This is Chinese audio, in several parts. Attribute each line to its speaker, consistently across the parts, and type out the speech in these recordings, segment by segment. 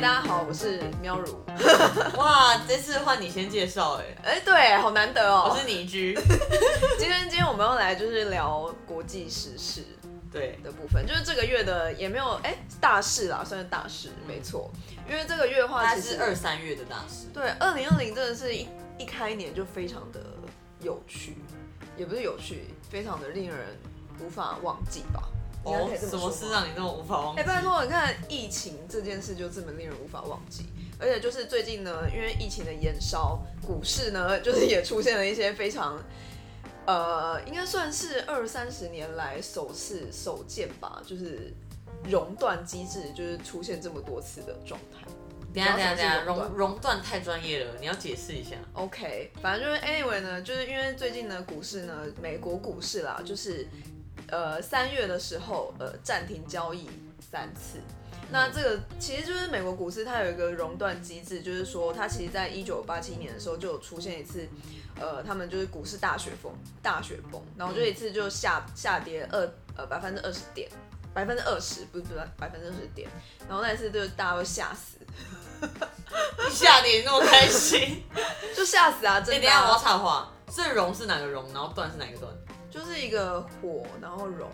Speaker 1: 大家好，我是喵如。
Speaker 2: 哇，这次换你先介绍哎、
Speaker 1: 哎、对，好难得哦、
Speaker 2: 我是倪居。
Speaker 1: 今天，今天我们要来就是聊国际时事
Speaker 2: 对，
Speaker 1: 的部分，就是这个月的也没有哎、大事啦，算是大事，没错。因为这个月的话，
Speaker 2: 它
Speaker 1: 其
Speaker 2: 是
Speaker 1: 实
Speaker 2: 二三月的嗯大事。
Speaker 1: 对二零二零真的是一一开年就非常的有趣，也不是有趣，非常的令人无法忘记吧。应该可以这
Speaker 2: 哦什
Speaker 1: 说
Speaker 2: 么事啊
Speaker 1: 吧
Speaker 2: 让你那么无法忘记？
Speaker 1: 哎、拜托，你看疫情这件事就这么令人无法忘记，而且就是最近呢，因为疫情的延烧，股市呢就是也出现了一些非常，呃，应该算是二三十年来首次首见吧，就是熔断机制就是出现这么多次的状态。
Speaker 2: 等一下
Speaker 1: 不
Speaker 2: 等一
Speaker 1: 要
Speaker 2: 下
Speaker 1: 相
Speaker 2: 等
Speaker 1: 信
Speaker 2: 一下，
Speaker 1: 熔
Speaker 2: 熔熔断太专业了，你要解释一下。
Speaker 1: OK，反正就是 anyway 呢，就是因为最近呢股市呢，美国股市啦，就是呃三月的时候呃暂停交易三次。那这个其实就是美国股市它有一个熔断机制，就是说它其实在一九八七年的时候就有出现一次，呃，他们就是股市大雪崩，大雪崩，然后就一次就下
Speaker 2: 嗯
Speaker 1: 下跌二呃百分之二十点，百分之二十不是不是百分之二十点，然后那一次就是大家都吓死，
Speaker 2: 一下你那么开 心。
Speaker 1: 就吓死啊！
Speaker 2: 哎、
Speaker 1: 真
Speaker 2: 等一
Speaker 1: 的、
Speaker 2: 下我要
Speaker 1: 啊，
Speaker 2: 插话，这熔是哪个熔？然后断是哪个断？
Speaker 1: 就是一个火，然后熔。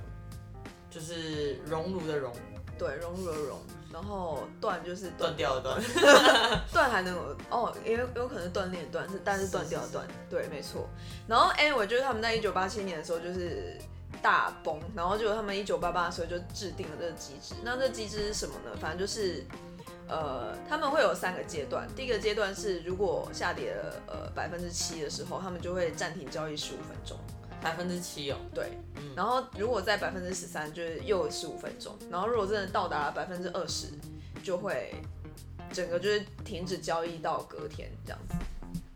Speaker 2: 就是熔炉的熔，
Speaker 1: 对，融入了融，然后断就是断
Speaker 2: 断掉的断。
Speaker 1: 断还能有哦，也有有可能是锻炼的断，是但是
Speaker 2: 是
Speaker 1: 断掉的
Speaker 2: 是
Speaker 1: 断，对，没错。然后哎 anyway 就是他们在一九八七年的时候就是大崩，然后就他们一九八八的时候就制定了这个机制。那这机制是什么呢？反正就是。呃，他们会有三个阶段。第一个阶段是，如果下跌了呃百分之七的时候，他们就会暂停交易十五分钟。
Speaker 2: 百分之七哦，
Speaker 1: 对，
Speaker 2: 嗯
Speaker 1: 然后如果在百分之十三，就是又十五分钟，然后如果真的到达百分之二十，就会整个就是停止交易到隔天这样子。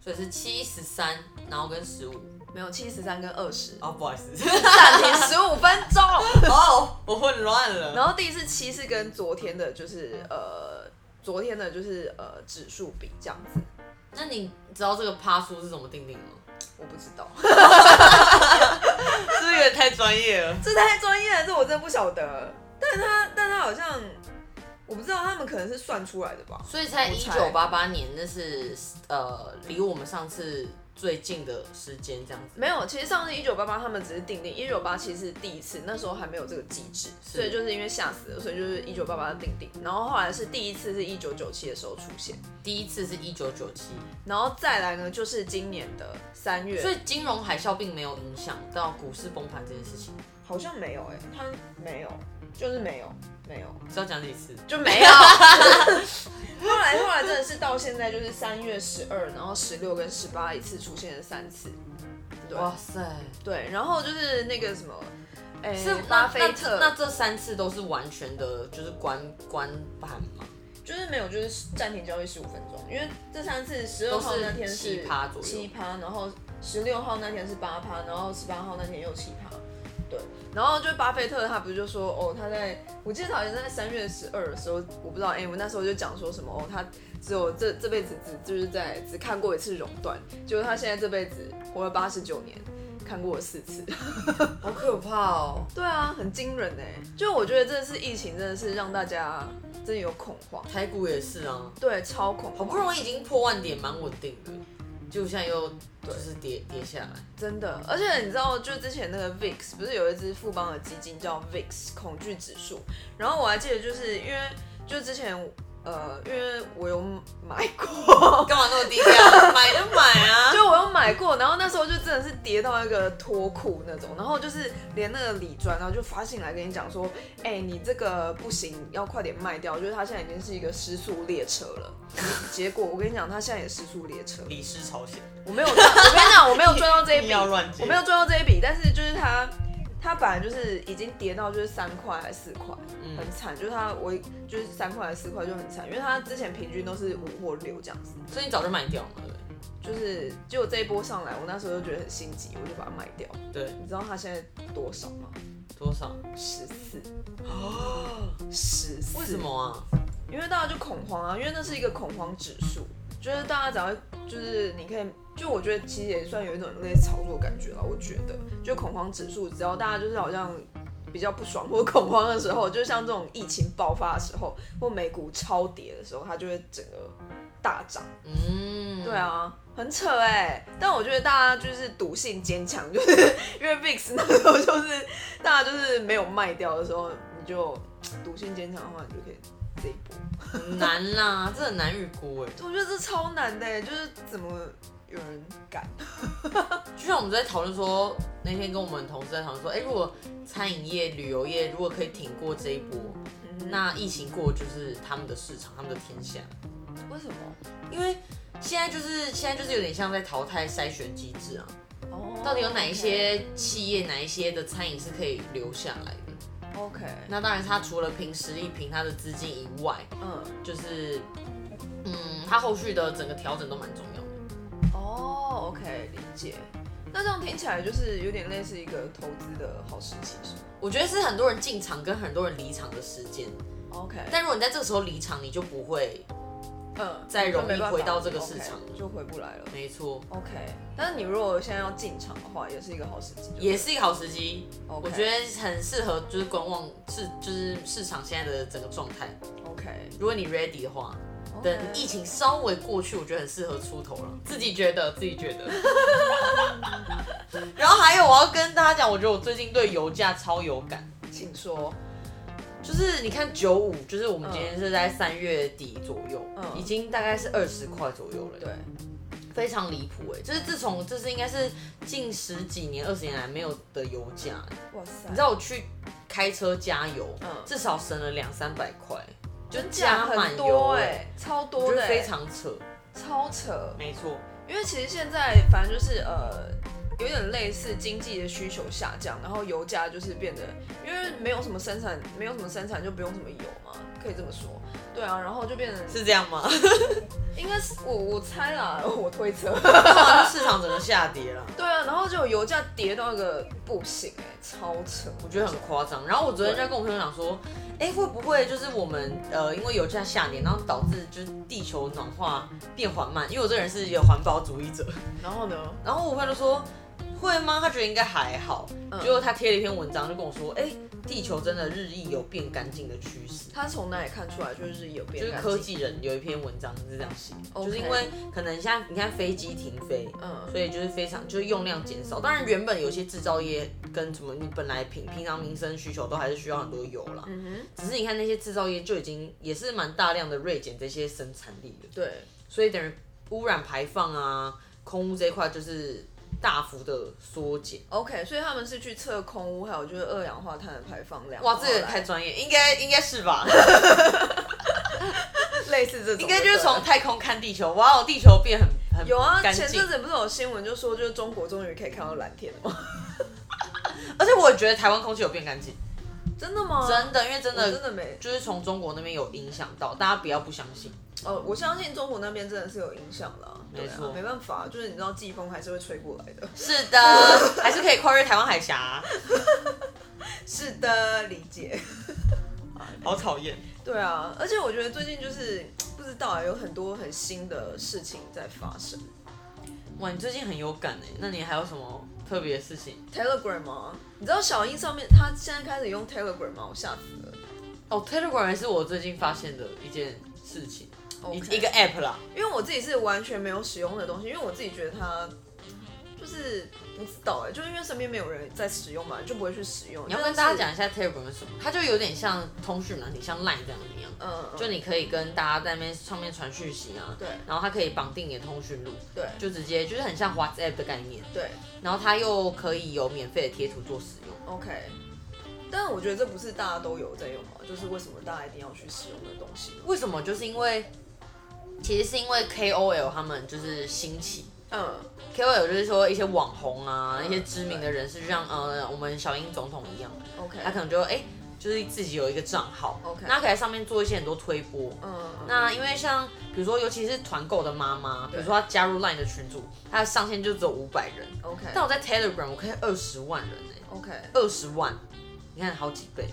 Speaker 2: 所以是七十三，然后跟十五。
Speaker 1: 没有七十三跟二十，
Speaker 2: 哦，不好意 思，
Speaker 1: 暂停十五分钟。
Speaker 2: 哦，我混乱了。
Speaker 1: 然后第一次七是跟昨天的，就是呃，昨天的就是呃指数比这样子，
Speaker 2: 那你知道这个趴数是怎么定定 的吗？
Speaker 1: 我不知道，
Speaker 2: 这个太专业了。
Speaker 1: 这太专业了，这我真的不晓得。但他但他好像我不知道，他们可能是算出来的吧。
Speaker 2: 所以才
Speaker 1: 我
Speaker 2: 一
Speaker 1: 猜
Speaker 2: 九八八年，那是呃离我们上次最近的时间这样子。
Speaker 1: 没有，其实上次一九八八他们只是定定，一九八七是第一次，那时候还没有这个机制，所以就是因为吓死了，所以就是一九八八定定，然后后来是第一次是一九九七的时候出现，
Speaker 2: 第一次是一九九七，
Speaker 1: 然后再来呢就是今年的三月，
Speaker 2: 所以金融海啸并没有影响到股市崩盘这件事情。
Speaker 1: 好像没有哎、他没有，就是没有，没有。
Speaker 2: 是要讲几次？
Speaker 1: 就没有。 后来后来真的是到现在就是三月十二，然后十六跟十八一次出现了三次，对
Speaker 2: 哇塞，
Speaker 1: 对，然后就是那个什么，哎、
Speaker 2: 是
Speaker 1: 巴
Speaker 2: 那
Speaker 1: 菲特
Speaker 2: 那那这三次都是完全的，就是关关盘吗？
Speaker 1: 就是没有，就是暂停交易十五分钟，因为这三次十二
Speaker 2: 都是
Speaker 1: 号那天是
Speaker 2: 7%左右
Speaker 1: 七趴，然后十六号那天是八趴，然后十八号那天又七趴，对，然后就巴菲特他不是就说哦，他在我记得好像在三月十二的时候，我不知道，哎、我那时候就讲说什么哦，他只有这这辈子只就是在只看过一次熔断，结果他现在这辈子活了八十九年，看过了四次，
Speaker 2: 好可怕哦！
Speaker 1: 对啊，很惊人哎，就我觉得这次疫情真的是让大家真的有恐慌，
Speaker 2: 台股也是啊，
Speaker 1: 对，超恐
Speaker 2: 好
Speaker 1: 慌
Speaker 2: 不。容易已经破万点，蛮稳定的，结果现在又就是跌跌下来。
Speaker 1: 真的，而且你知道，就之前那个 VIX 不是有一只富邦的基金叫 VIX 恐惧指数，然后我还记得，就是因为就之前呃，因为我有买过，
Speaker 2: 干嘛那么低调？买就买啊！
Speaker 1: 就我有买过，然后那时候就真的是跌到一个脱裤那种，然后就是连那个李专，然后就发信来跟你讲说，哎、你这个不行，要快点卖掉，就是它现在已经是一个失速列车了。 结果我跟你讲，它现在也失速列车，
Speaker 2: 李氏朝鲜，
Speaker 1: 我没有赚，我跟你讲，我没有赚到 这一笔，
Speaker 2: 乱接
Speaker 1: 我没有赚到这一笔，但是就是它，它本来就是已经跌到就是三块还是四块，
Speaker 2: 嗯
Speaker 1: 很惨。就是它我就是三块还是四块就很惨，因为它之前平均都是五或六这样子。
Speaker 2: 所以你早就卖掉了，
Speaker 1: 就是结果这一波上来，我那时候就觉得很心急，我就把它卖掉。
Speaker 2: 对不对？对，
Speaker 1: 你知道它现在多少吗？
Speaker 2: 多少？
Speaker 1: 十四，十四。
Speaker 2: 哦为什？么啊？
Speaker 1: 因为大家就恐慌啊，因为那是一个恐慌指数，就是大家只要就是你可以，就我觉得其实也算有一种类似炒作的感觉吧，我觉得就恐慌指数，只要大家就是好像。比较不爽或恐慌的时候，就像这种疫情爆发的时候，或美股超跌的时候，它就会整个大涨。
Speaker 2: 嗯，
Speaker 1: 对啊，很扯哎、但我觉得大家就是赌性坚强，就是因为 VIX 那时候就是大家就是没有卖掉的时候，你就赌性坚强的话，你就可以这一波。
Speaker 2: 很难啦，这很难预估哎。
Speaker 1: 我觉得这超难的、欸，就是怎么有人敢？
Speaker 2: 就像我们在讨论说，那天跟我们同事在讨论说，哎、如果餐饮业、旅游业如果可以挺过这一波，
Speaker 1: 嗯
Speaker 2: 那疫情过就是他们的市场，他们的天下。
Speaker 1: 为什么？
Speaker 2: 因为现在就是现在就是有点像在淘汰筛选机制啊，
Speaker 1: 哦
Speaker 2: 到底有哪一些企业、哪一些的餐饮是可以留下来的？
Speaker 1: ？OK，
Speaker 2: 那当然，他除了凭实力、凭他的资金以外，
Speaker 1: 嗯，
Speaker 2: 就是嗯，他后续的整个调整都蛮重要的。
Speaker 1: 哦，OK，理解。那这样听起来就是有点类似一个投资的好时期，是吗
Speaker 2: 我觉得是很多人进场跟很多人离场的时间，
Speaker 1: ？OK，
Speaker 2: 但如果你在这个时候离场，你就不会
Speaker 1: 嗯，
Speaker 2: 再容易
Speaker 1: 就没办法
Speaker 2: 回到这个市场
Speaker 1: OK，就回不来了。
Speaker 2: 没错，
Speaker 1: OK，但是你如果现在要进场的话，也是一个好时机。
Speaker 2: 也是一个好时机。
Speaker 1: OK，
Speaker 2: 我觉得很适合，就是观望市，就是市场现在的整个状态。
Speaker 1: OK，
Speaker 2: 如果你 ready 的话，等
Speaker 1: OK 嗯
Speaker 2: 疫情稍微过去，我觉得很适合出头了。自己觉得，自己觉得。 然后还有，我要跟大家讲，我觉得我最近对油价超有感。
Speaker 1: 请说。
Speaker 2: 就是你看九五，就是我们今天是在三月底左右，
Speaker 1: 嗯
Speaker 2: 已经大概是二十块左右了。
Speaker 1: 对，
Speaker 2: 非常离谱哎！就是自从这是应该是近十几年、二十年来没有的油价欸，
Speaker 1: 哇塞，
Speaker 2: 你知道我去开车加油，
Speaker 1: 嗯
Speaker 2: 至少省了两三百块，就加
Speaker 1: 讲
Speaker 2: 满
Speaker 1: 很
Speaker 2: 油
Speaker 1: 多
Speaker 2: 哎、
Speaker 1: 哎，超
Speaker 2: 我
Speaker 1: 多的
Speaker 2: 觉得
Speaker 1: 欸，
Speaker 2: 非常扯。
Speaker 1: 超扯。
Speaker 2: 没错，
Speaker 1: 因为其实现在反正就是呃，有点类似经济的需求下降，然后油价就是变得，因为没有什么生产，没有什么生产就不用什么油嘛，可以这么说。对啊，然后就变成
Speaker 2: 是这样 吗？
Speaker 1: 应该是我我猜啦，我推测。
Speaker 2: 啊市场整个下跌了，
Speaker 1: 对啊，然后就油价跌到一个不行哎、超扯。
Speaker 2: 我觉得很夸张。然后我昨天在跟我朋友讲说，哎、会不会就是我们呃，因为油价下跌，然后导致就是地球暖化变缓慢？因为我这个人是有环保主义者，
Speaker 1: 然后呢？
Speaker 2: 然后我朋友就说。会吗？他觉得应该还好，
Speaker 1: 嗯
Speaker 2: 结果他贴了一篇文章，就跟我说：“哎、地球真的日益有变干净的趋势。”
Speaker 1: 他从哪里看出来就是有变
Speaker 2: 就是
Speaker 1: 干净？
Speaker 2: 科技人有一篇文章是这样写，
Speaker 1: OK
Speaker 2: 就是因为可能像你看飞机停飞，
Speaker 1: 嗯
Speaker 2: 所以就是非常就是用量减少。当然原本有些制造业跟什么你本来平平常民生需求都还是需要很多油啦，
Speaker 1: 嗯哼，
Speaker 2: 只是你看那些制造业就已经也是蛮大量的锐减这些生产力的，
Speaker 1: 对，
Speaker 2: 所以等于污染排放啊、空污这一块就是大幅的缩减。
Speaker 1: OK，所以他们是去测空污，还有就是二氧化碳的排放量。
Speaker 2: 哇，这个也
Speaker 1: 然后
Speaker 2: 太
Speaker 1: 来
Speaker 2: 专业，应该应该是 吧？
Speaker 1: 类似这种，
Speaker 2: 应该就是
Speaker 1: 对
Speaker 2: 从太空看地球，哇，哦地球变很很
Speaker 1: 有啊，
Speaker 2: 干
Speaker 1: 前
Speaker 2: 净
Speaker 1: 阵子不是有新闻就说，就是中国终于可以看到蓝天了吗？
Speaker 2: 而且我觉得台湾空气有变干净。
Speaker 1: 真的吗？
Speaker 2: 真的，因为真
Speaker 1: 我
Speaker 2: 的
Speaker 1: 真的没，
Speaker 2: 就是从中国那边有影响到，大家不要不相信。
Speaker 1: 呃，我相信中国那边真的是有影响啦，对
Speaker 2: 没
Speaker 1: 啊
Speaker 2: 错，
Speaker 1: 没办法，就是你知道季风还是会吹过来的。
Speaker 2: 是的， 还是可以跨越台湾海峡、啊
Speaker 1: 是的，理解。
Speaker 2: 好讨厌。
Speaker 1: 对啊，而且我觉得最近就是不知道、有很多很新的事情在发生。
Speaker 2: 哇，你最近很有感哎，那你还有什么特别的事情？
Speaker 1: Telegram 吗？你知道小英上面他现在开始用 Telegram 吗？我吓死了。
Speaker 2: 哦，Telegram 也是我最近发现的一件事情一
Speaker 1: OK
Speaker 2: 一个 App 啦。
Speaker 1: 因为我自己是完全没有使用的东西，因为我自己觉得它就是不知道哎、就是因为身边没有人在使用嘛，就不会去使用。
Speaker 2: 你要
Speaker 1: 但
Speaker 2: 跟
Speaker 1: 是
Speaker 2: 大家，讲一下 Telegram 是什么？它就有点像通讯软体，像 Line 这样一样。
Speaker 1: 嗯，
Speaker 2: 就
Speaker 1: 就
Speaker 2: 你可以跟大家在那边上面传讯息啊，
Speaker 1: 嗯对
Speaker 2: 然后它可以绑定你的通讯录，
Speaker 1: 对
Speaker 2: 就直接就是很像 WhatsApp 的概念，
Speaker 1: 对
Speaker 2: 然后它又可以有免费的贴图做使用。
Speaker 1: ，OK。但我觉得这不是大家都有在用嘛，就是为什么大家一定要去使用的东西嘛。
Speaker 2: 为什么？就是因为其实是因为 KOL 他们就是兴起
Speaker 1: 嗯
Speaker 2: ，KOL 就是说一些网红啊，
Speaker 1: 嗯
Speaker 2: 一些知名的人士，就像呃我们小英总统一样，
Speaker 1: ，OK，
Speaker 2: 他可能就哎、就是自己有一个账号
Speaker 1: OK
Speaker 2: 那他可以在上面做一些很多推播。
Speaker 1: 嗯，
Speaker 2: 那因为像比如说，尤其是团购的妈妈，比如说她加入 LINE 的群组，她的上限就只有五百人，
Speaker 1: OK，
Speaker 2: 但我在 Telegram 我可以二十万人哎、
Speaker 1: OK，
Speaker 2: 二十万，你看好几倍。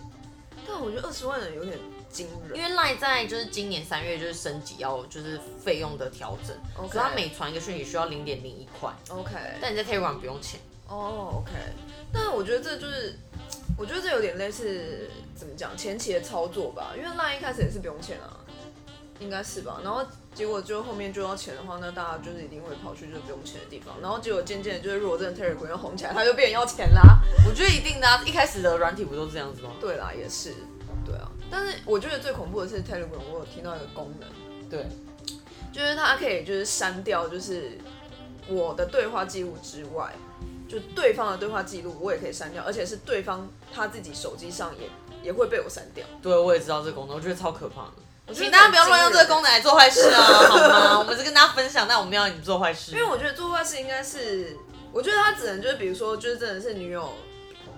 Speaker 1: 但我觉得二十万人有点惊人，
Speaker 2: 因为 Line 在就是今年三月就是升级要就是费用的调整，
Speaker 1: OK
Speaker 2: 可它每传一个讯息需要零点零一块，
Speaker 1: OK，
Speaker 2: 但你在 Telegram 不用钱，
Speaker 1: 哦，OK、o k 那我觉得这就是，我觉得这有点类似怎么讲前期的操作吧，因为 LINE 一开始也是不用钱啊，应该是吧？然后结果就后面就要钱的话，那大家就是一定会跑去就是不用钱的地方，然后结果渐渐地就是如果真的 Telegram 要红起来，它就变成要钱啦。
Speaker 2: 我觉得一定的、啊，一开始的软体不都这样子吗？
Speaker 1: 对啦，也是，对啊。但是我觉得最恐怖的是 Telegram，我有听到一个功能，
Speaker 2: 对，
Speaker 1: 就是它可以就是删掉，就是我的对话记录之外，就对方的对话记录我也可以删掉，而且是对方他自己手机上也也会被我删掉。
Speaker 2: 对，我也知道这个功能，我觉得超可怕的。
Speaker 1: 觉得
Speaker 2: 请大家不要乱用这个功能来做 坏事啊，好吗？我们是跟大家分享，但我们没有要你做坏事。
Speaker 1: 因为我觉得做坏事应该是，我觉得他只能就是比如说就是真的是女友。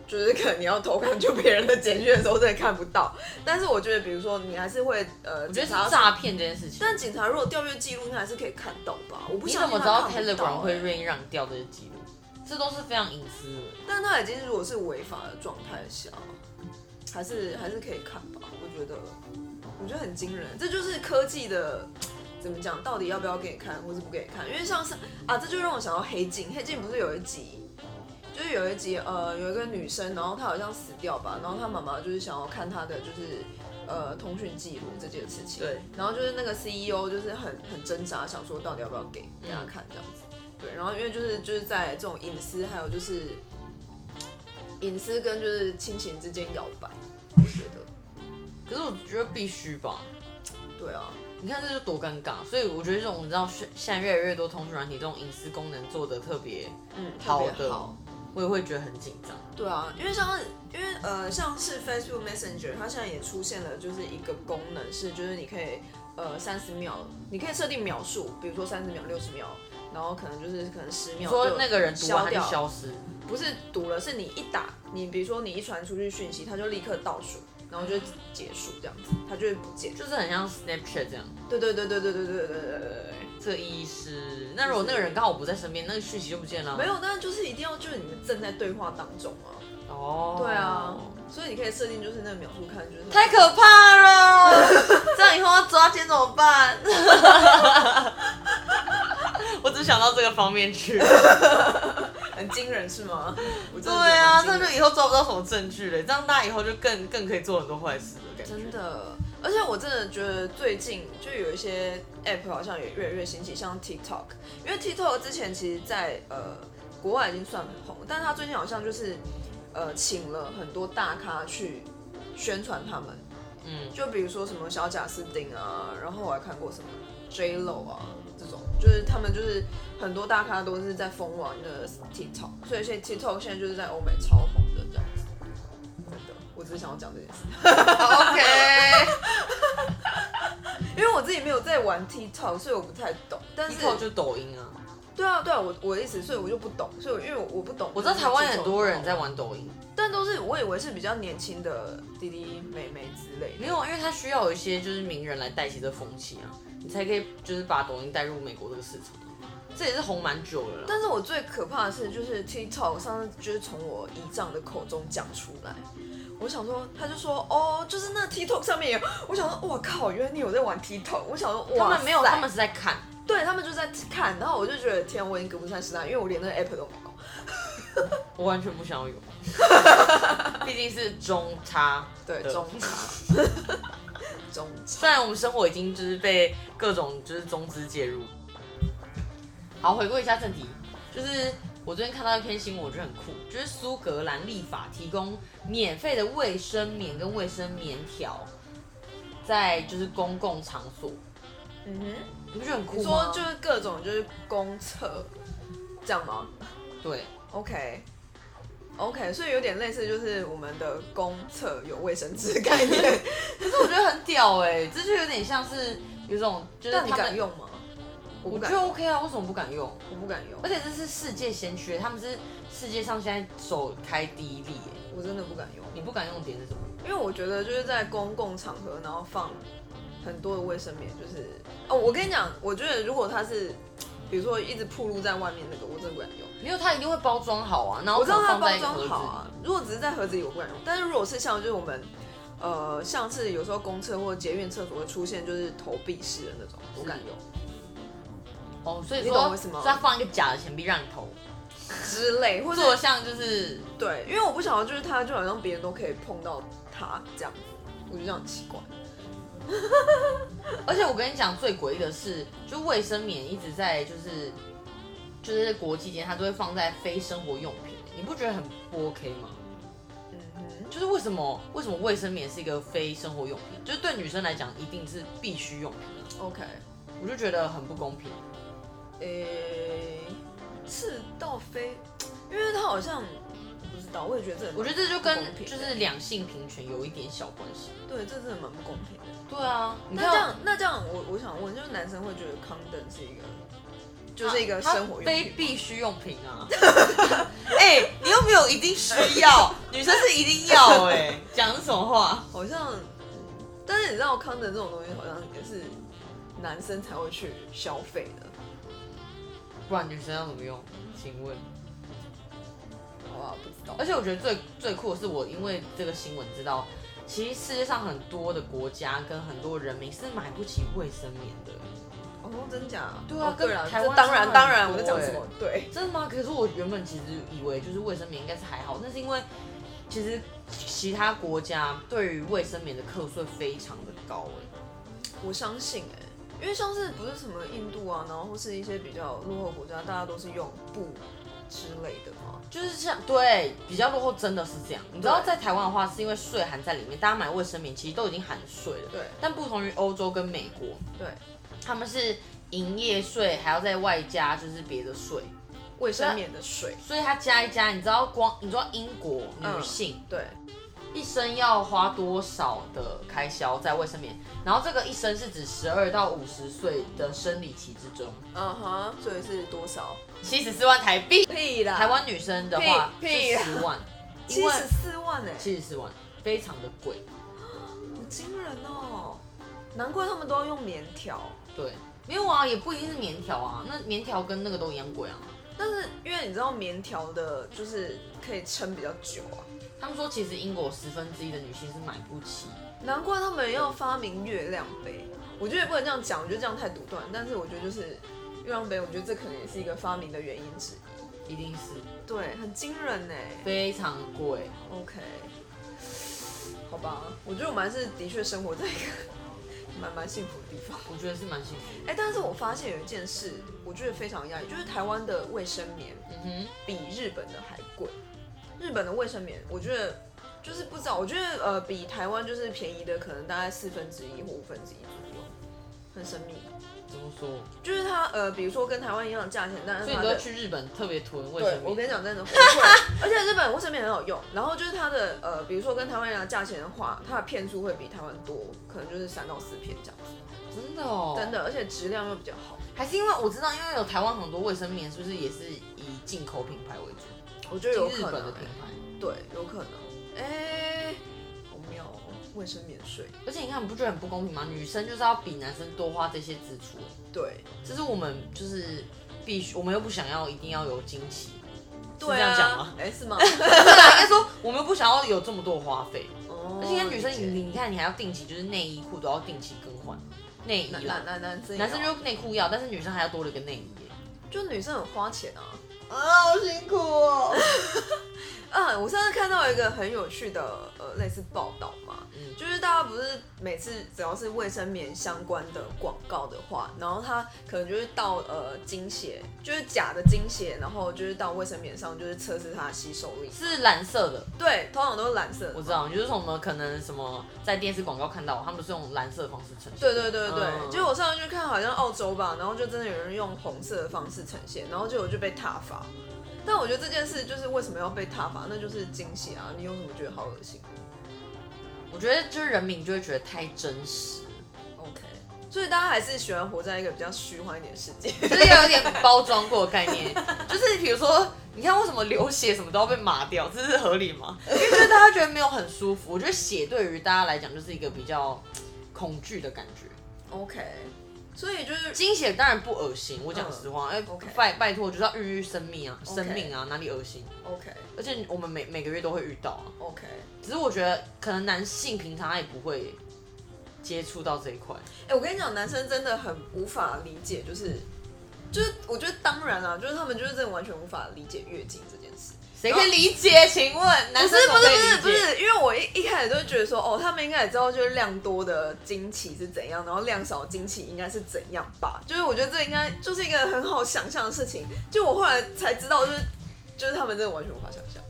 Speaker 1: 就是可能你要偷看就别人的简讯的时候，真的看不到。但是我觉得，比如说你还是会呃，我
Speaker 2: 我觉得是诈骗这件事情。
Speaker 1: 但警察如果调阅记录，应该还是可以看到吧？我不
Speaker 2: 你
Speaker 1: 相
Speaker 2: 怎
Speaker 1: 信
Speaker 2: 么知
Speaker 1: 他
Speaker 2: 道
Speaker 1: 看不到
Speaker 2: Telegram 会
Speaker 1: 欸
Speaker 2: 愿意让你调这些记录？这都是非常隐私的。
Speaker 1: 但他已经如果是违法的状态下，还是还是可以看吧？我觉得，我觉得很惊人，这就是科技的。怎么讲？到底要不要给你看，或是不给你看？因为像是啊，这就让我想到黑镜《黑镜》。《不是有一集，就是有一集，呃，有一个女生，然后她好像死掉吧，然后她妈妈就是想要看她的就是呃通讯记录这件事情。
Speaker 2: 对。
Speaker 1: 然后就是那个 CEO 就是很很挣扎，想说到底要不要给给她看这样子。对。然后因为就是就是在这种隐私，还有就是隐私跟就是亲情之间摇摆，我觉得，
Speaker 2: 可是我觉得必须吧。
Speaker 1: 对啊，
Speaker 2: 你看这就多尴尬，所以我觉得这种你知道现现在越来越多通讯软体这种隐私功能做的特别，
Speaker 1: 嗯，特
Speaker 2: 好
Speaker 1: 别
Speaker 2: 的
Speaker 1: 好，
Speaker 2: 我也会觉得很紧张。
Speaker 1: 对啊，因为像是因为呃，像是 Facebook Messenger，它现在也出现了就是一个功能是，就是你可以呃三十秒，你可以设定秒数，比如说三十秒、六十秒，然后可能哦就是可能十秒。
Speaker 2: 说那个人读完他就
Speaker 1: 掉，
Speaker 2: 消失，
Speaker 1: 不是读了，是你一打你，比如说你一传出去讯息，它就立刻倒数，然后就结束这样子，它就会不见。
Speaker 2: 就是很像 Snapchat 这样。
Speaker 1: 对对对对对对对对对对对对。
Speaker 2: 这个意思。那如果那个人刚好不在身边，那个讯息就不见了。啊
Speaker 1: 没有，但就是一定要就是你们正在对话当中啊。
Speaker 2: 哦，
Speaker 1: 对啊，所以你可以设定就是那个秒数看就是
Speaker 2: 太可怕了！ 这样以后要抓奸怎么办？ 我只想到这个方面去。
Speaker 1: 很惊人是吗？我真
Speaker 2: 对
Speaker 1: 的觉得蛮
Speaker 2: 啊，
Speaker 1: 惊
Speaker 2: 那
Speaker 1: 人
Speaker 2: 就以后抓不到什么证据了，这样大家以后就更更可以做很多坏事的感觉。
Speaker 1: 真的，而且我真的觉得最近就有一些 app 好像也越来越兴起，像 TikTok，因为 TikTok 之前其实在呃国外已经算很红，但是它最近好像就是呃请了很多大咖去宣传他们，
Speaker 2: 嗯，
Speaker 1: 就比如说什么小贾斯汀啊，然后我还看过什么 J Lo 啊这种，就是他们就是很多大咖都是在疯玩的 TikTok，所以现在 TikTok 现在就是在欧美超红的这样子。真的，我只是想要讲这件事，
Speaker 2: OK，
Speaker 1: 因为我自己没有在玩 TikTok，所以我不太懂。但是
Speaker 2: 以后就抖音啊。
Speaker 1: 对啊对啊，我我的意思，所以我就不懂，所以我因为我我不懂。
Speaker 2: 我知道台湾很多人在，玩抖音，
Speaker 1: 但都是我以为是比较年轻的弟弟妹妹之类的。
Speaker 2: 没有，因为它需要有一些就是名人来带起这风气啊，你才可以就是把抖音带入美国这个市场。啊这也是红蛮久了啦。
Speaker 1: 但是我最可怕的是，就是 TikTok 上次就是从我姨丈的口中讲出来，我想说，他就说哦，就是那 TikTok 上面有，我想说，哇靠，原来你有在玩 TikTok，我想说，
Speaker 2: 他
Speaker 1: 哇
Speaker 2: 们没有，
Speaker 1: 塞
Speaker 2: 他们是在看。
Speaker 1: 对他们就在看，然后我就觉得天，我已经跟不上时代，因为我连那个 app 都没有。
Speaker 2: 我完全不想要有， 毕竟是中差。
Speaker 1: 对，
Speaker 2: 的
Speaker 1: 中茶，中茶。
Speaker 2: 虽然我们生活已经就是被各种就是中资介入。好，回归一下正题，就是我最近看到一篇新闻，我觉得很酷，就是苏格兰立法提供免费的卫生棉跟卫生棉条，在就是公共场所，
Speaker 1: 嗯哼。
Speaker 2: 你不觉得很酷
Speaker 1: 你
Speaker 2: 吗
Speaker 1: 说？就是各种就是公厕，这样吗
Speaker 2: 对，
Speaker 1: ？OK。OK，所以有点类似，就是我们的公厕有卫生纸概念，
Speaker 2: 可是我觉得很屌哎、这就有点像是有种就是
Speaker 1: 但你
Speaker 2: 他
Speaker 1: 敢
Speaker 2: 们，
Speaker 1: 用吗？我不
Speaker 2: 我觉
Speaker 1: 敢
Speaker 2: 得
Speaker 1: 用，
Speaker 2: OK 啊，为什么不哎敢用？
Speaker 1: 我不敢用
Speaker 2: 而，且这是世界先驱，他们是世界上现在首开第一例耶。
Speaker 1: 我真的不敢用，
Speaker 2: 你不敢用点是什么？
Speaker 1: 因为我觉得就是在公共场合，然后放很多的卫生棉，就是哦，我跟你讲，我觉得如果它是，比如说一直暴露在外面那个，我真的不敢用。
Speaker 2: 没有，它一定会包装好啊，然后
Speaker 1: 我知道
Speaker 2: 可
Speaker 1: 它
Speaker 2: 能放
Speaker 1: 包
Speaker 2: 在一个盒
Speaker 1: 装
Speaker 2: 子
Speaker 1: 好啊，如果只是在盒子里我不敢用，但是如果是像就是我们呃像是有时候公厕或捷运厕所会出现就是投币式的那种，我敢用。
Speaker 2: 哦，所以
Speaker 1: 你懂
Speaker 2: 说，
Speaker 1: 为什么
Speaker 2: 所以它放一个假的钱币让你投，
Speaker 1: 之类，或者
Speaker 2: 坐像就是
Speaker 1: 对，因为我不晓得，就是他就好像别人都可以碰到他这样子，我觉得这样很奇怪。
Speaker 2: 而且我跟你讲，最诡异的是，就卫生棉一直在就是就是国际间，它都会放在非生活用品，你不觉得很不 OK 吗？
Speaker 1: 嗯哼，
Speaker 2: 就是为什么为什么卫生棉是一个非生活用品？就是对女生来讲，一定是必须用品啊，
Speaker 1: OK，
Speaker 2: 我就觉得很不公平。
Speaker 1: 诶、赤道飞，因为他好像不知道，我也觉得这个蛮
Speaker 2: 我觉得这就
Speaker 1: 不公
Speaker 2: 跟
Speaker 1: 平的
Speaker 2: 就是两性平权有一点小关系。
Speaker 1: 对，这真的蛮不公平的。
Speaker 2: 对啊，你
Speaker 1: 那
Speaker 2: 看
Speaker 1: 这样，那这样我，我想问，就是男生会觉得 condom 是一个，就是一个
Speaker 2: 它
Speaker 1: 生活用
Speaker 2: 啊非
Speaker 1: 品。
Speaker 2: 必需用品啊。 哎、你又没有一定需要， 女生是一定要哎、 讲的什么话？
Speaker 1: 好像，但是你知道 condom 这种东西好像也是男生才会去消费的，
Speaker 2: 不然女生要怎么用？请问？
Speaker 1: 好不好？不知道。
Speaker 2: 而且我觉得最最酷的是，我因为这个新闻知道，其实世界上很多的国家跟很多人民是买不起卫生棉的。
Speaker 1: 哦，真假？
Speaker 2: 对啊
Speaker 1: 哦对
Speaker 2: 跟
Speaker 1: 了，
Speaker 2: 台
Speaker 1: 这
Speaker 2: 湾
Speaker 1: 当
Speaker 2: 差
Speaker 1: 然
Speaker 2: 很
Speaker 1: 当然，
Speaker 2: 多
Speaker 1: 我在讲
Speaker 2: 欸
Speaker 1: 什么？对，
Speaker 2: 真的吗？可是我原本其实以为就是卫生棉应该是还好，那是因为其实其他国家对于卫生棉的课税非常的高哎、
Speaker 1: 我相信哎、因为像是不是什么印度啊，然后或是一些比较落后国家，大家都是用布之类的嘛。
Speaker 2: 就是像对比较落后真的是这样。你知道
Speaker 1: 对
Speaker 2: 在台湾的话，是因为税含在里面，大家买卫生棉其实都已经含税了。
Speaker 1: 对
Speaker 2: 但不同于欧洲跟美国，
Speaker 1: 对，
Speaker 2: 他们是营业税还要再外加就是别的税，
Speaker 1: 卫生棉的水，嗯
Speaker 2: 所以他加一加，你知道光你知道英国女性、
Speaker 1: 对，
Speaker 2: 一生要花多少的开销在卫生棉？然后这个一生是指十二到五十岁的生理期之中，
Speaker 1: 嗯哼，所以是多少？
Speaker 2: 七十四万台币。
Speaker 1: 屁啦，
Speaker 2: 台湾女生的话是
Speaker 1: 屁屁啊
Speaker 2: 十万，因
Speaker 1: 七
Speaker 2: 为
Speaker 1: 十四万哎、
Speaker 2: 七十四万非常的贵，
Speaker 1: 好惊人哦！难怪他们都要用棉条。
Speaker 2: 对。没有啊，也不一定是棉条啊，那棉条跟那个都一样贵啊。
Speaker 1: 但是因为你知道棉条的，就是可以撑比较久啊，
Speaker 2: 他们说其实英国十分之一的女性是买不起
Speaker 1: 难怪他们要发明月亮杯。我觉得也不能这样讲，我觉得这样太独断。但是我觉得就是月亮杯，我觉得这可能也是一个发明的原因之一。
Speaker 2: 一定是
Speaker 1: 对，很惊人呢。欸
Speaker 2: 非常贵。
Speaker 1: OK，好吧，我觉得我们还是的确生活在一个蛮蛮幸福的地方。
Speaker 2: 我觉得是蛮幸福的。
Speaker 1: 哎、但是我发现有一件事，我觉得非常压抑，就是台湾的卫生棉
Speaker 2: 嗯
Speaker 1: 比日本的还贵。日本的卫生棉，我觉得就是不知道，我觉得呃比台湾就是便宜的可能大概四分之一或五分之一左右，很神秘。
Speaker 2: 哼，怎么说？
Speaker 1: 就是它呃，比如说跟台湾一样的价钱，但是
Speaker 2: 所以
Speaker 1: 它
Speaker 2: 你都
Speaker 1: 的
Speaker 2: 去日本特别囤卫
Speaker 1: 对
Speaker 2: 生，
Speaker 1: 我
Speaker 2: 棉？
Speaker 1: 跟你讲真的很 贵，而且日本卫生棉很好用。然后就是它的呃，比如说跟台湾一样的价钱的话，它的片数会比台湾多，可能就是三到四片这样子，
Speaker 2: 真的哦，
Speaker 1: 真的，而且质量又比较好。
Speaker 2: 还是因为我知道，因为有台湾很多卫生棉，是不是也是以进口品牌为主？
Speaker 1: 我觉得有
Speaker 2: 进日
Speaker 1: 可
Speaker 2: 本
Speaker 1: 能欸
Speaker 2: 的、品牌。
Speaker 1: 对，有可能。哎、好妙哦，卫生棉税。
Speaker 2: 而且你看，你不觉得很不公平吗？女生就是要比男生多花这些支出，
Speaker 1: 对，
Speaker 2: 这是我们就是必须，我们又不想要一定要有惊喜，是
Speaker 1: 对
Speaker 2: 这样讲
Speaker 1: 啊
Speaker 2: 吗？，
Speaker 1: 哎、是吗？
Speaker 2: 不是啊应该说我们又不想要有这么多花费。
Speaker 1: 哦
Speaker 2: 而且跟女生，
Speaker 1: 理解
Speaker 2: 你你看，你还要定期，就是内衣裤都要定期更换，内衣
Speaker 1: 男
Speaker 2: 啦
Speaker 1: 男，男男生
Speaker 2: 男生
Speaker 1: 也要
Speaker 2: 就内裤哦要，但是女生还要多了一个内衣耶。
Speaker 1: 就女生很花钱啊。
Speaker 2: 啊，好辛苦哦。
Speaker 1: 啊，我上次看到一个很有趣的呃类似报道嘛，
Speaker 2: 嗯
Speaker 1: 就是大家不是每次只要是卫生棉相关的广告的话，然后它可能就是到呃精血，就是假的精血，然后就是到卫生棉上就是测试它的吸收力，
Speaker 2: 是蓝色的，
Speaker 1: 对，通常都是蓝色的
Speaker 2: 我。知道，就是什么可能什么在电视广告看到，他们是用蓝色的方式呈现。
Speaker 1: 对对对对，
Speaker 2: 嗯
Speaker 1: 结果我上次去看好像澳洲吧，然后就真的有人用红色的方式呈现，然后结果就被踏伐。但我觉得这件事就是为什么要被踏伐，那就是惊喜啊！你有什么觉得好恶心
Speaker 2: 我觉得就是人民就会觉得太真实，
Speaker 1: ？OK，所以大家还是喜欢活在一个比较虚幻一点的世界。
Speaker 2: 就是要有点包装过的概念。就是比如说，你看为什么流血什么都要被抹掉，这是合理吗？因为就是大家觉得没有很舒服。我觉得血对于大家来讲就是一个比较恐惧的感觉。
Speaker 1: OK，所以就是
Speaker 2: 惊血当然不恶心，我讲实话，哎、
Speaker 1: 嗯 OK
Speaker 2: 拜拜托，就是要孕育生命啊，
Speaker 1: OK
Speaker 2: 生命啊，哪里恶心？
Speaker 1: OK
Speaker 2: 而且我们每每个月都会遇到啊。
Speaker 1: OK，
Speaker 2: 只是我觉得可能男性平常他也不会接触到这一块。
Speaker 1: 哎、我跟你讲，男生真的很无法理解，就是就是我觉得当当然啦，就是他们就是真的完全无法理解月经这件事。
Speaker 2: 谁可以理解？请问男
Speaker 1: 不是
Speaker 2: 生
Speaker 1: 不是不是
Speaker 2: 怎么
Speaker 1: 不
Speaker 2: 可以理解
Speaker 1: 是，因为我一一开始都会觉得说，哦，他们应该也知道就是量多的经期是怎样，然后量少的经期应该是怎样吧。就是我觉得这应该就是一个很好想象的事情。就我后来才知道，就是就是他们真的完全无法想象。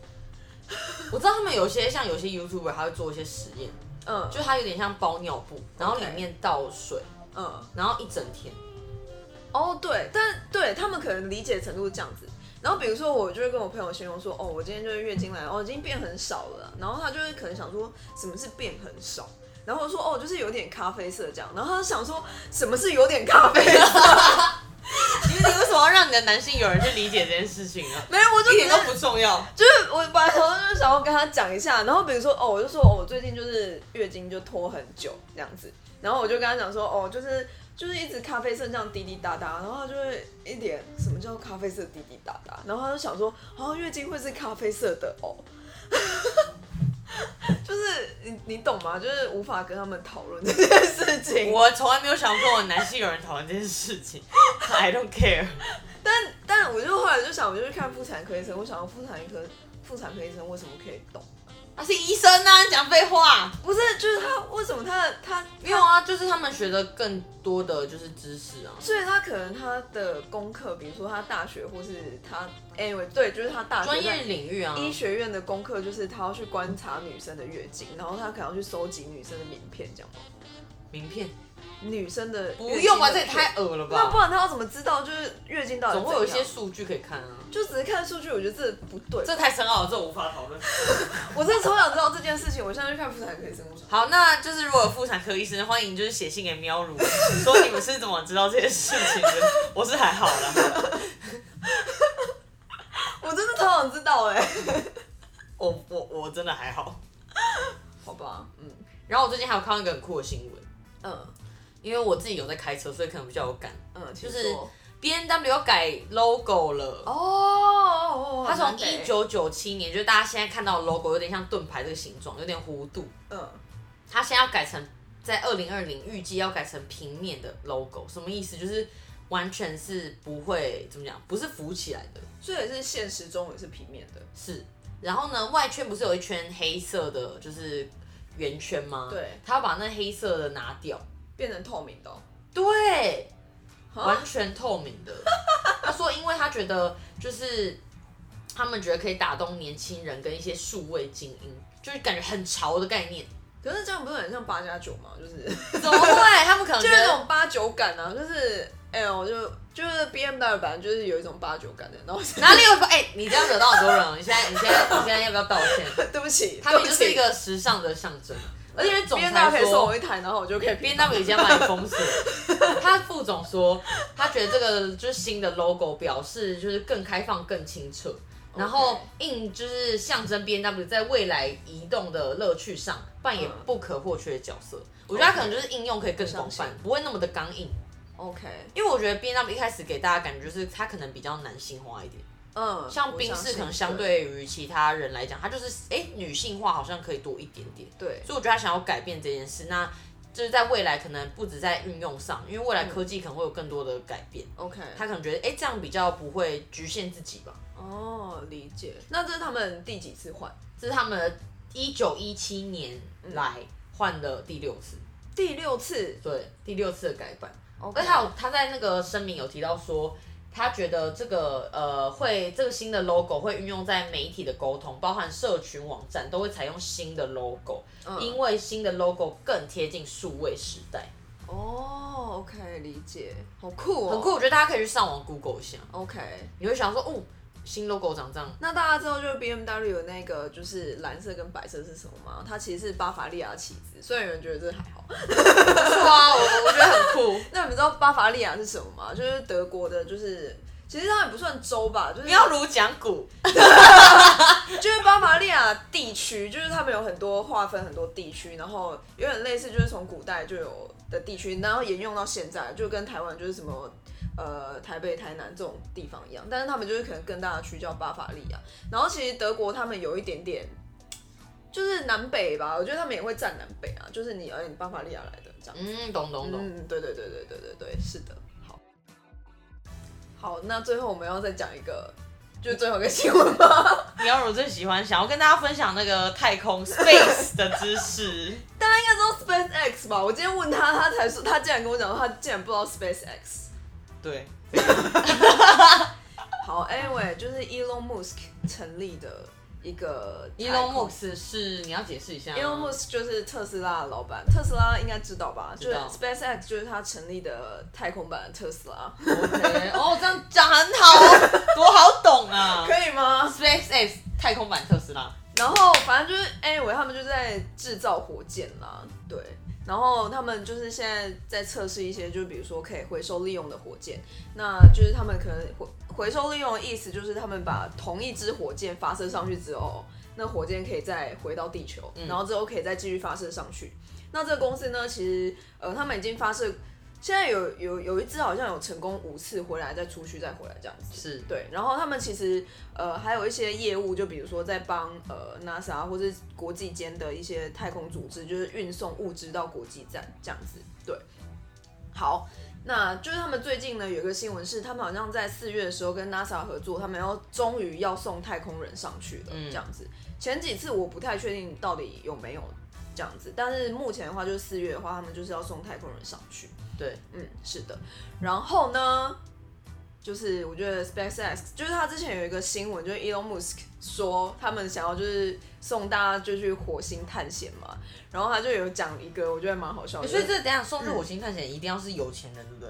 Speaker 2: 我知道他们有些像有些 YouTuber 他会做一些实验，
Speaker 1: 嗯，
Speaker 2: 就它有点像包尿布，然后里
Speaker 1: OK
Speaker 2: 面倒水，
Speaker 1: 嗯。
Speaker 2: 然后一整天。
Speaker 1: 哦，对，但对他们可能理解程度是这样子。然后比如说，我就会跟我朋友形容说，哦，我今天就是月经来，哦，已经变很少了啦。然后他就会可能想说，什么是变很少？然后我说，哦，就是有点咖啡色这样。然后他就想说，什么是有点咖啡色？？
Speaker 2: 你你为什么要让你的男性友人去理解这件事情啊
Speaker 1: 没有，我就
Speaker 2: 一
Speaker 1: 只
Speaker 2: 点都
Speaker 1: 是
Speaker 2: 不重要。
Speaker 1: 就是我本来想说就是想要跟他讲一下，然后比如说哦，我就说哦，我最近就是月经就拖很久这样子，然后我就跟他讲说哦，就是就是一直咖啡色这样滴滴答答，然后他就会一脸什么叫咖啡色滴滴答答，然后他就想说哦，月经会是咖啡色的哦。 就是你你懂吗？就是无法跟他们讨论这件事情。
Speaker 2: 我从来没有想过我男性友人讨论这件事情 ，I don't care。
Speaker 1: 但但我就后来就想，我就去看妇产科医生，我想妇产科妇产科医生为什么可以懂？
Speaker 2: 他是医生啊，你讲废话。
Speaker 1: 不是，就是他为什么他的他
Speaker 2: 没有啊，就是他们学的更多的就是知识啊。
Speaker 1: 所以他可能他的功课，比如说他大学或是他 anyway 对，就是他大学
Speaker 2: 专
Speaker 1: 在
Speaker 2: 业领域啊，
Speaker 1: 医学院的功课，就是他要去观察女生的月经，然后他可能要去收集女生的名片，这样吗？
Speaker 2: 名片
Speaker 1: 女生的
Speaker 2: 不
Speaker 1: 月经
Speaker 2: 用吧，
Speaker 1: 的
Speaker 2: 这也
Speaker 1: 片
Speaker 2: 太恶了
Speaker 1: 那不
Speaker 2: 吧。
Speaker 1: 然他要怎么知道就是月经到底
Speaker 2: 总会有一些
Speaker 1: 怎样
Speaker 2: 数据可以看啊，
Speaker 1: 就只是看数据，我觉得这不对。
Speaker 2: 这太深奥了，这无法讨论。
Speaker 1: 我真的超想知道这件事情，我现在去看妇产科医生。我想
Speaker 2: 好，那就是如果有妇产科医生，欢迎就是写信给喵如，说你们是怎么知道这件事情的。我是还好啦，
Speaker 1: 我真的超想知道哎、
Speaker 2: 我我我真的还好。
Speaker 1: 好吧，嗯
Speaker 2: 然后我最近还有看到一个很酷的新闻，
Speaker 1: 嗯
Speaker 2: 因为我自己有在开车，所以可能比较有感。
Speaker 1: 嗯，
Speaker 2: 就
Speaker 1: 就是
Speaker 2: B N W 要改 logo 了。
Speaker 1: 哦，
Speaker 2: 它从
Speaker 1: 很难得
Speaker 2: 一九九七年，就是大家现在看到的 logo 有点像盾牌这个形状，有点弧度。
Speaker 1: 嗯
Speaker 2: 它现在要改成在二零二零预计要改成平面的 logo，什么意思？就是完全是不会怎么讲，不是浮起来的，
Speaker 1: 所以是现实中也是平面的，
Speaker 2: 是。然后呢，外圈不是有一圈黑色的，就是圆圈吗？
Speaker 1: 对，
Speaker 2: 他要把那黑色的拿掉，
Speaker 1: 变成透明的、哦。
Speaker 2: 对，
Speaker 1: 啊
Speaker 2: 完全透明的。 他说，因为他觉得就是他们觉得可以打动年轻人跟一些数位精英，就是感觉很潮的概念。
Speaker 1: 可是这样不是很像八加九吗？就是
Speaker 2: 怎么会？他们可能
Speaker 1: 就
Speaker 2: 觉
Speaker 1: 是
Speaker 2: 得
Speaker 1: 那种八九感啊，就是哎、我就就是 B M W 版就是有一种八九感的，然后
Speaker 2: 哪里有？哎、你这样惹到很多人哦，你现在你现在你现在要不要道歉？
Speaker 1: 对不起，
Speaker 2: 他
Speaker 1: 对
Speaker 2: 们
Speaker 1: 不
Speaker 2: 就是
Speaker 1: 起
Speaker 2: 一，个时尚的象 征，而且总
Speaker 1: B M
Speaker 2: 裁
Speaker 1: W 可以送
Speaker 2: 说
Speaker 1: 我一台，然后我就可以
Speaker 2: B
Speaker 1: 编
Speaker 2: N W 已经把你封锁。 他副总说，他觉得这个就是新的 logo 表示就是更开放、更清澈，然后印就是象征 B N W 在未来移动的乐趣上扮演
Speaker 1: 嗯
Speaker 2: 不可或缺的角色。我觉得他可能就是应用可以更广泛
Speaker 1: 我相，
Speaker 2: 不会那么的刚硬。
Speaker 1: OK，
Speaker 2: 因为我觉得 B N W 一开始给大家感觉就是它可能比较男性化一点。
Speaker 1: 嗯，
Speaker 2: 像
Speaker 1: 我
Speaker 2: 冰
Speaker 1: 相
Speaker 2: 室
Speaker 1: 信
Speaker 2: 可能相对于其他人来讲，它就是哎、诶女性化好像可以多一点点，
Speaker 1: 对
Speaker 2: 所以我觉得他想要改变这件事，那就是在未来可能不止在运用上，因为未来科技可能会有更多的改变，
Speaker 1: OK，
Speaker 2: 他可能觉得哎、诶这样比较不会局限自己吧，
Speaker 1: 哦理解。那这是他们第几次换？
Speaker 2: 这是他们一九一七年
Speaker 1: 嗯
Speaker 2: 来换的第六次，
Speaker 1: 第六次
Speaker 2: 对，第六次的改版。
Speaker 1: ，OK，
Speaker 2: 而且他有他在那个声明有提到说，他觉得这个呃会这个新的 logo 会运用在媒体的沟通，包含社群网站都会采用新的 logo，、
Speaker 1: 嗯
Speaker 2: 因为新的 logo 更贴近数位时代，
Speaker 1: 哦，OK，理解，好酷哦，
Speaker 2: 很酷。我觉得大家可以去上网 Google 一下，
Speaker 1: ，OK。
Speaker 2: 你会想说，哦，新 logo 长这样，
Speaker 1: 那大家知道就是 B M W 的那个就是蓝色跟白色是什么吗？它其实是巴伐利亚的旗子，虽然有人觉得这还好。
Speaker 2: 不错啊，我我觉得很酷。
Speaker 1: 那你们知道巴伐利亚是什么吗？就是德国的，就是其实它也不算州吧，就是
Speaker 2: 不要如讲古，
Speaker 1: 就是巴伐利亚地区，就是他们有很多划分很多地区，然后有点类似，就是从古代就有的地区，然后沿用到现在，就跟台湾就是什么呃台北、台南这种地方一样，但是他们就是可能更大的区叫巴伐利亚。然后其实德国他们有一点点就是南北吧，我觉得他们也会占南北啊，就是你而你巴伐利亚来的这样。
Speaker 2: 嗯，懂懂懂。
Speaker 1: 嗯，对对对对对对对，是的。好，好，那最后我们要再讲一个，就是最后一个新闻吧。
Speaker 2: 你要我最喜欢想要跟大家分享那个太空 space 的知识，
Speaker 1: 大家应该知道 SpaceX 吧？我今天问他，他才说，他竟然跟我讲说，他竟然不知道 SpaceX。
Speaker 2: 对，
Speaker 1: 好，Anyway，就是 Elon Musk 成立的一个
Speaker 2: 伊
Speaker 1: 太
Speaker 2: 隆
Speaker 1: 空
Speaker 2: 莫斯是你要解释一下吗
Speaker 1: Elon Musk 就是特斯拉的老板，特斯拉应该知道吧？
Speaker 2: 知道
Speaker 1: 就是 SpaceX 就是他成立的太空版的特斯拉，
Speaker 2: OK，哦， 这样讲很好哦，多好懂啊
Speaker 1: 可以吗？
Speaker 2: ！SpaceX 太空版特斯拉，
Speaker 1: 然后反正就是 anyway，他们就在制造火箭啦，对。然后他们就是现在在测试一些，就比如说可以回收利用的火箭，那就是他们可能回回收利用的意思就是他们把同一支火箭发射上去之后，那火箭可以再回到地球，然后之后可以再继续发射上去。那这个公司呢，其实呃，他们已经发射，现在有有有一支好像有成功五次回来再出去再回来这样子。
Speaker 2: 是
Speaker 1: 对，然后他们其实呃还有一些业务，就比如说在帮呃 NASA 或是国际间的一些太空组织，就是运送物资到国际站这样子。对，好，那就是他们最近呢有一个新闻是，他们好像在四月的时候跟 NASA 合作，他们要终于要送太空人上去了，
Speaker 2: 嗯
Speaker 1: 这样子。前几次我不太确定到底有没有这样子，但是目前的话就是四月的话，他们就是要送太空人上去。
Speaker 2: 对，
Speaker 1: 嗯，是的。然后呢，就是我觉得 SpaceX，就是他之前有一个新闻，就是 Elon Musk 说他们想要就是送大家就去火星探险嘛，然后他就有讲一个我觉得蛮好笑的，
Speaker 2: 所以这
Speaker 1: 就是
Speaker 2: 等一下送去火星探险一定要是有钱人，对不对？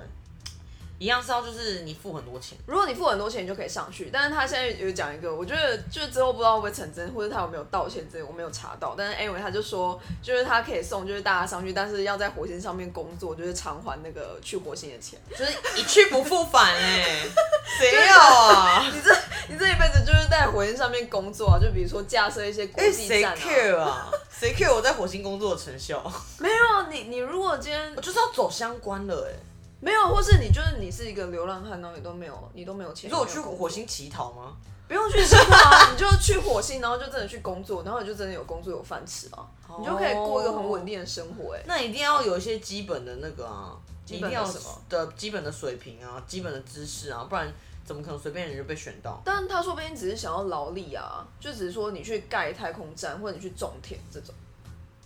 Speaker 2: 一样是要就是你付很多钱，
Speaker 1: 如果你付很多钱，你就可以上去。但是他现在有讲一个，我觉得就是之后不知道会不会成真，或者他有没有道歉之类，我没有查到。但是 anyway，他就说就是他可以送，就是大家上去，但是要在火星上面工作，就是偿还那个去火星的钱。
Speaker 2: 就是一去不复返哎、 谁要啊？
Speaker 1: 你这你这一辈子就是在火星上面工作啊，就比如说架设一些国
Speaker 2: 哎，
Speaker 1: 际
Speaker 2: 谁
Speaker 1: 站啊。
Speaker 2: care 啊？谁 care 我在火星工作的成效？
Speaker 1: 没有你，你如果今天
Speaker 2: 我就是要走相关了哎、
Speaker 1: 没有，或是你就是你是一个流浪汉，然后你都没有，你都没有钱。
Speaker 2: 你说我去
Speaker 1: 没有工
Speaker 2: 火
Speaker 1: 作，
Speaker 2: 星乞讨吗？
Speaker 1: 不用去生活啊， 你就去火星，然后就真的去工作，然后你就真的有工作有饭吃啊，你就可以过一个很稳定的生活、哎，
Speaker 2: 那一定要有一些基本的那个啊，
Speaker 1: 基
Speaker 2: 一
Speaker 1: 本
Speaker 2: 定
Speaker 1: 的
Speaker 2: 要
Speaker 1: 什么
Speaker 2: 的基本的水平啊，基本的知识啊，不然怎么可能随便人就被选到？
Speaker 1: 但他说不定只是想要劳力啊，就只是说你去盖太空站或者你去种田这种。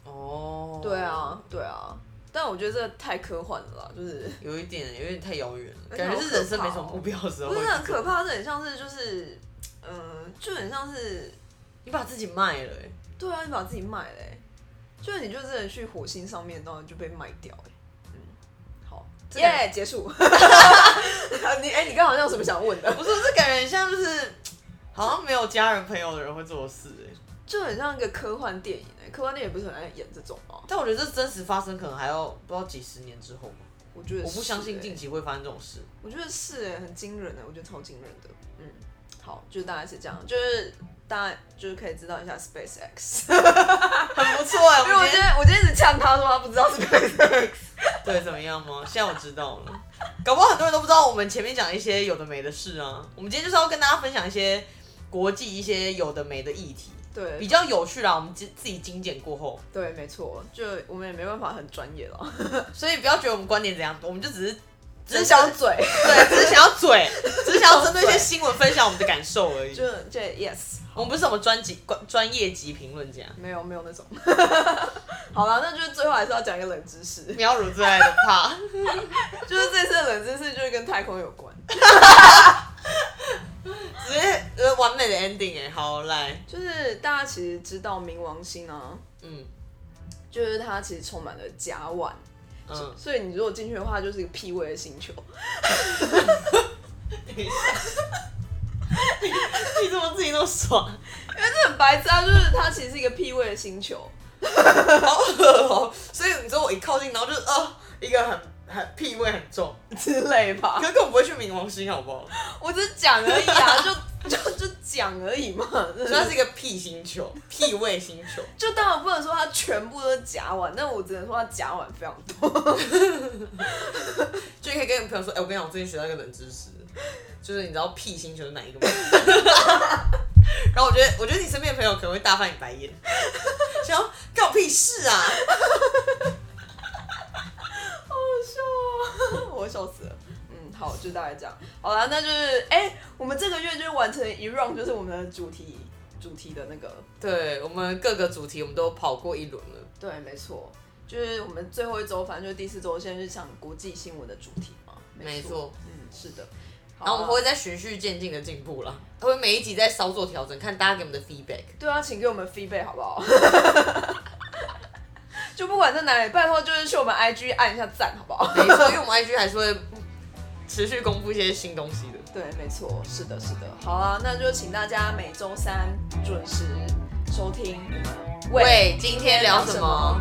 Speaker 2: 哦，
Speaker 1: 对，啊，对啊。但我觉得这太科幻了啦，就是。
Speaker 2: 有一点，有点太遥远了，
Speaker 1: 而且
Speaker 2: 感觉
Speaker 1: 好
Speaker 2: 是
Speaker 1: 可
Speaker 2: 人生
Speaker 1: 怕
Speaker 2: 没什么
Speaker 1: 哦
Speaker 2: 目标的时候，
Speaker 1: 不是很可，怕，这很像是就是，嗯、就很像是，
Speaker 2: 你把自己卖了、欸，
Speaker 1: 对啊，你把自己卖了欸、就是你就真的去火星上面，然后你就被卖掉、欸，嗯，好，
Speaker 2: 这
Speaker 1: 耶、
Speaker 2: 个
Speaker 1: 结束。 你哎、你刚好像有什么想问的？
Speaker 2: 不是，这感觉很像就是好像没有家人朋友的人会做的事、欸，
Speaker 1: 就很像一个科幻电影、欸，科幻电影不是很爱演这种吗？
Speaker 2: 但我觉得这真实发生可能还要不知道几十年之后吧
Speaker 1: 我觉得、
Speaker 2: 我不相信近
Speaker 1: 镜，
Speaker 2: 期会发生这种事。
Speaker 1: 我觉得是哎、很惊人的、我觉得超惊人的，嗯，好，就大概是这样，就是大家就是可以知道一下 SpaceX，
Speaker 2: 很不错哎、
Speaker 1: 因为我
Speaker 2: 们
Speaker 1: 今
Speaker 2: 今天
Speaker 1: 天我今天一直呛他说他不知道 SpaceX。
Speaker 2: 对怎么样吗？现在我知道了，搞不好很多人都不知道我们前面讲一些有的没的事啊。我们今天就是要跟大家分享一些国际一些有的没的议题，
Speaker 1: 对，
Speaker 2: 比较有趣啦。我们自自己精简过后，
Speaker 1: 对，没错，就我们也没办法很专业了，
Speaker 2: 所以不要觉得我们观点怎样，我们就只是
Speaker 1: 只是小嘴，
Speaker 2: 对，只是想要嘴，只是想要针对一些新闻分享我们的感受而已。
Speaker 1: 就就 yes，
Speaker 2: 我们不是什么专辑专专业级评论家。
Speaker 1: 没有没有那种。 好了，那就是最后还是要讲一个冷知识，
Speaker 2: 苗如最爱的怕，
Speaker 1: 就是这次的冷知识就是跟太空有关，
Speaker 2: 直接呃完美的 ending 哎，好来，
Speaker 1: 就是大家其实知道冥王星啊，
Speaker 2: 嗯
Speaker 1: 就是它其实充满了甲烷，
Speaker 2: 嗯，
Speaker 1: 所以你如果进去的话，就是一个屁味的星球。
Speaker 2: 等一下，你你怎么自己那么爽？
Speaker 1: 很白痴啊，就是它其实是一个屁味的星球，
Speaker 2: 好恶哦、所以你知道我一靠近，然后就是哦，一个很很屁味很重，
Speaker 1: 之类吧
Speaker 2: 可。是根本不会去冥王星，好不好？
Speaker 1: 我只是讲而已啊，就就就讲而已嘛。真
Speaker 2: 所以
Speaker 1: 的
Speaker 2: 它
Speaker 1: 是
Speaker 2: 是一个屁星球，屁味星球。
Speaker 1: 就当然不能说它全部都是甲烷，但我只能说它甲烷非常多。
Speaker 2: 就你可以跟你朋友说，哎、我跟你讲，我最近学到一个冷知识，就是你知道屁星球是哪一个吗？ 然后我觉得，我觉得你身边的朋友可能会大翻你白眼，想要干我屁事啊！
Speaker 1: 好笑啊！我笑死了。嗯，好，就大概这样。好啦，那就是哎、我们这个月就是完成一 round，就是我们的主题主题的那个。
Speaker 2: 对我们各个主题我们都跑过一轮了。
Speaker 1: 对，没错，就是我们最后一周，反正就是第四周，现在是讲国际新闻的主题嘛。
Speaker 2: 没错，
Speaker 1: 嗯，是的。
Speaker 2: 然后我们
Speaker 1: 好啊
Speaker 2: 会再循序渐进的进步啦，会每一集再稍作调整，看大家给我们的 feedback。
Speaker 1: 对啊，请给我们 feedback 好不好？ 就不管在哪里，拜托就是去我们 IG 按一下赞好不好？
Speaker 2: 没错，因为我们 IG 还是会持续公布一些新东西的。
Speaker 1: 对，没错，是的，是的。好啊，那就请大家每周三准时收听我们。哎
Speaker 2: 喂，今天聊什么？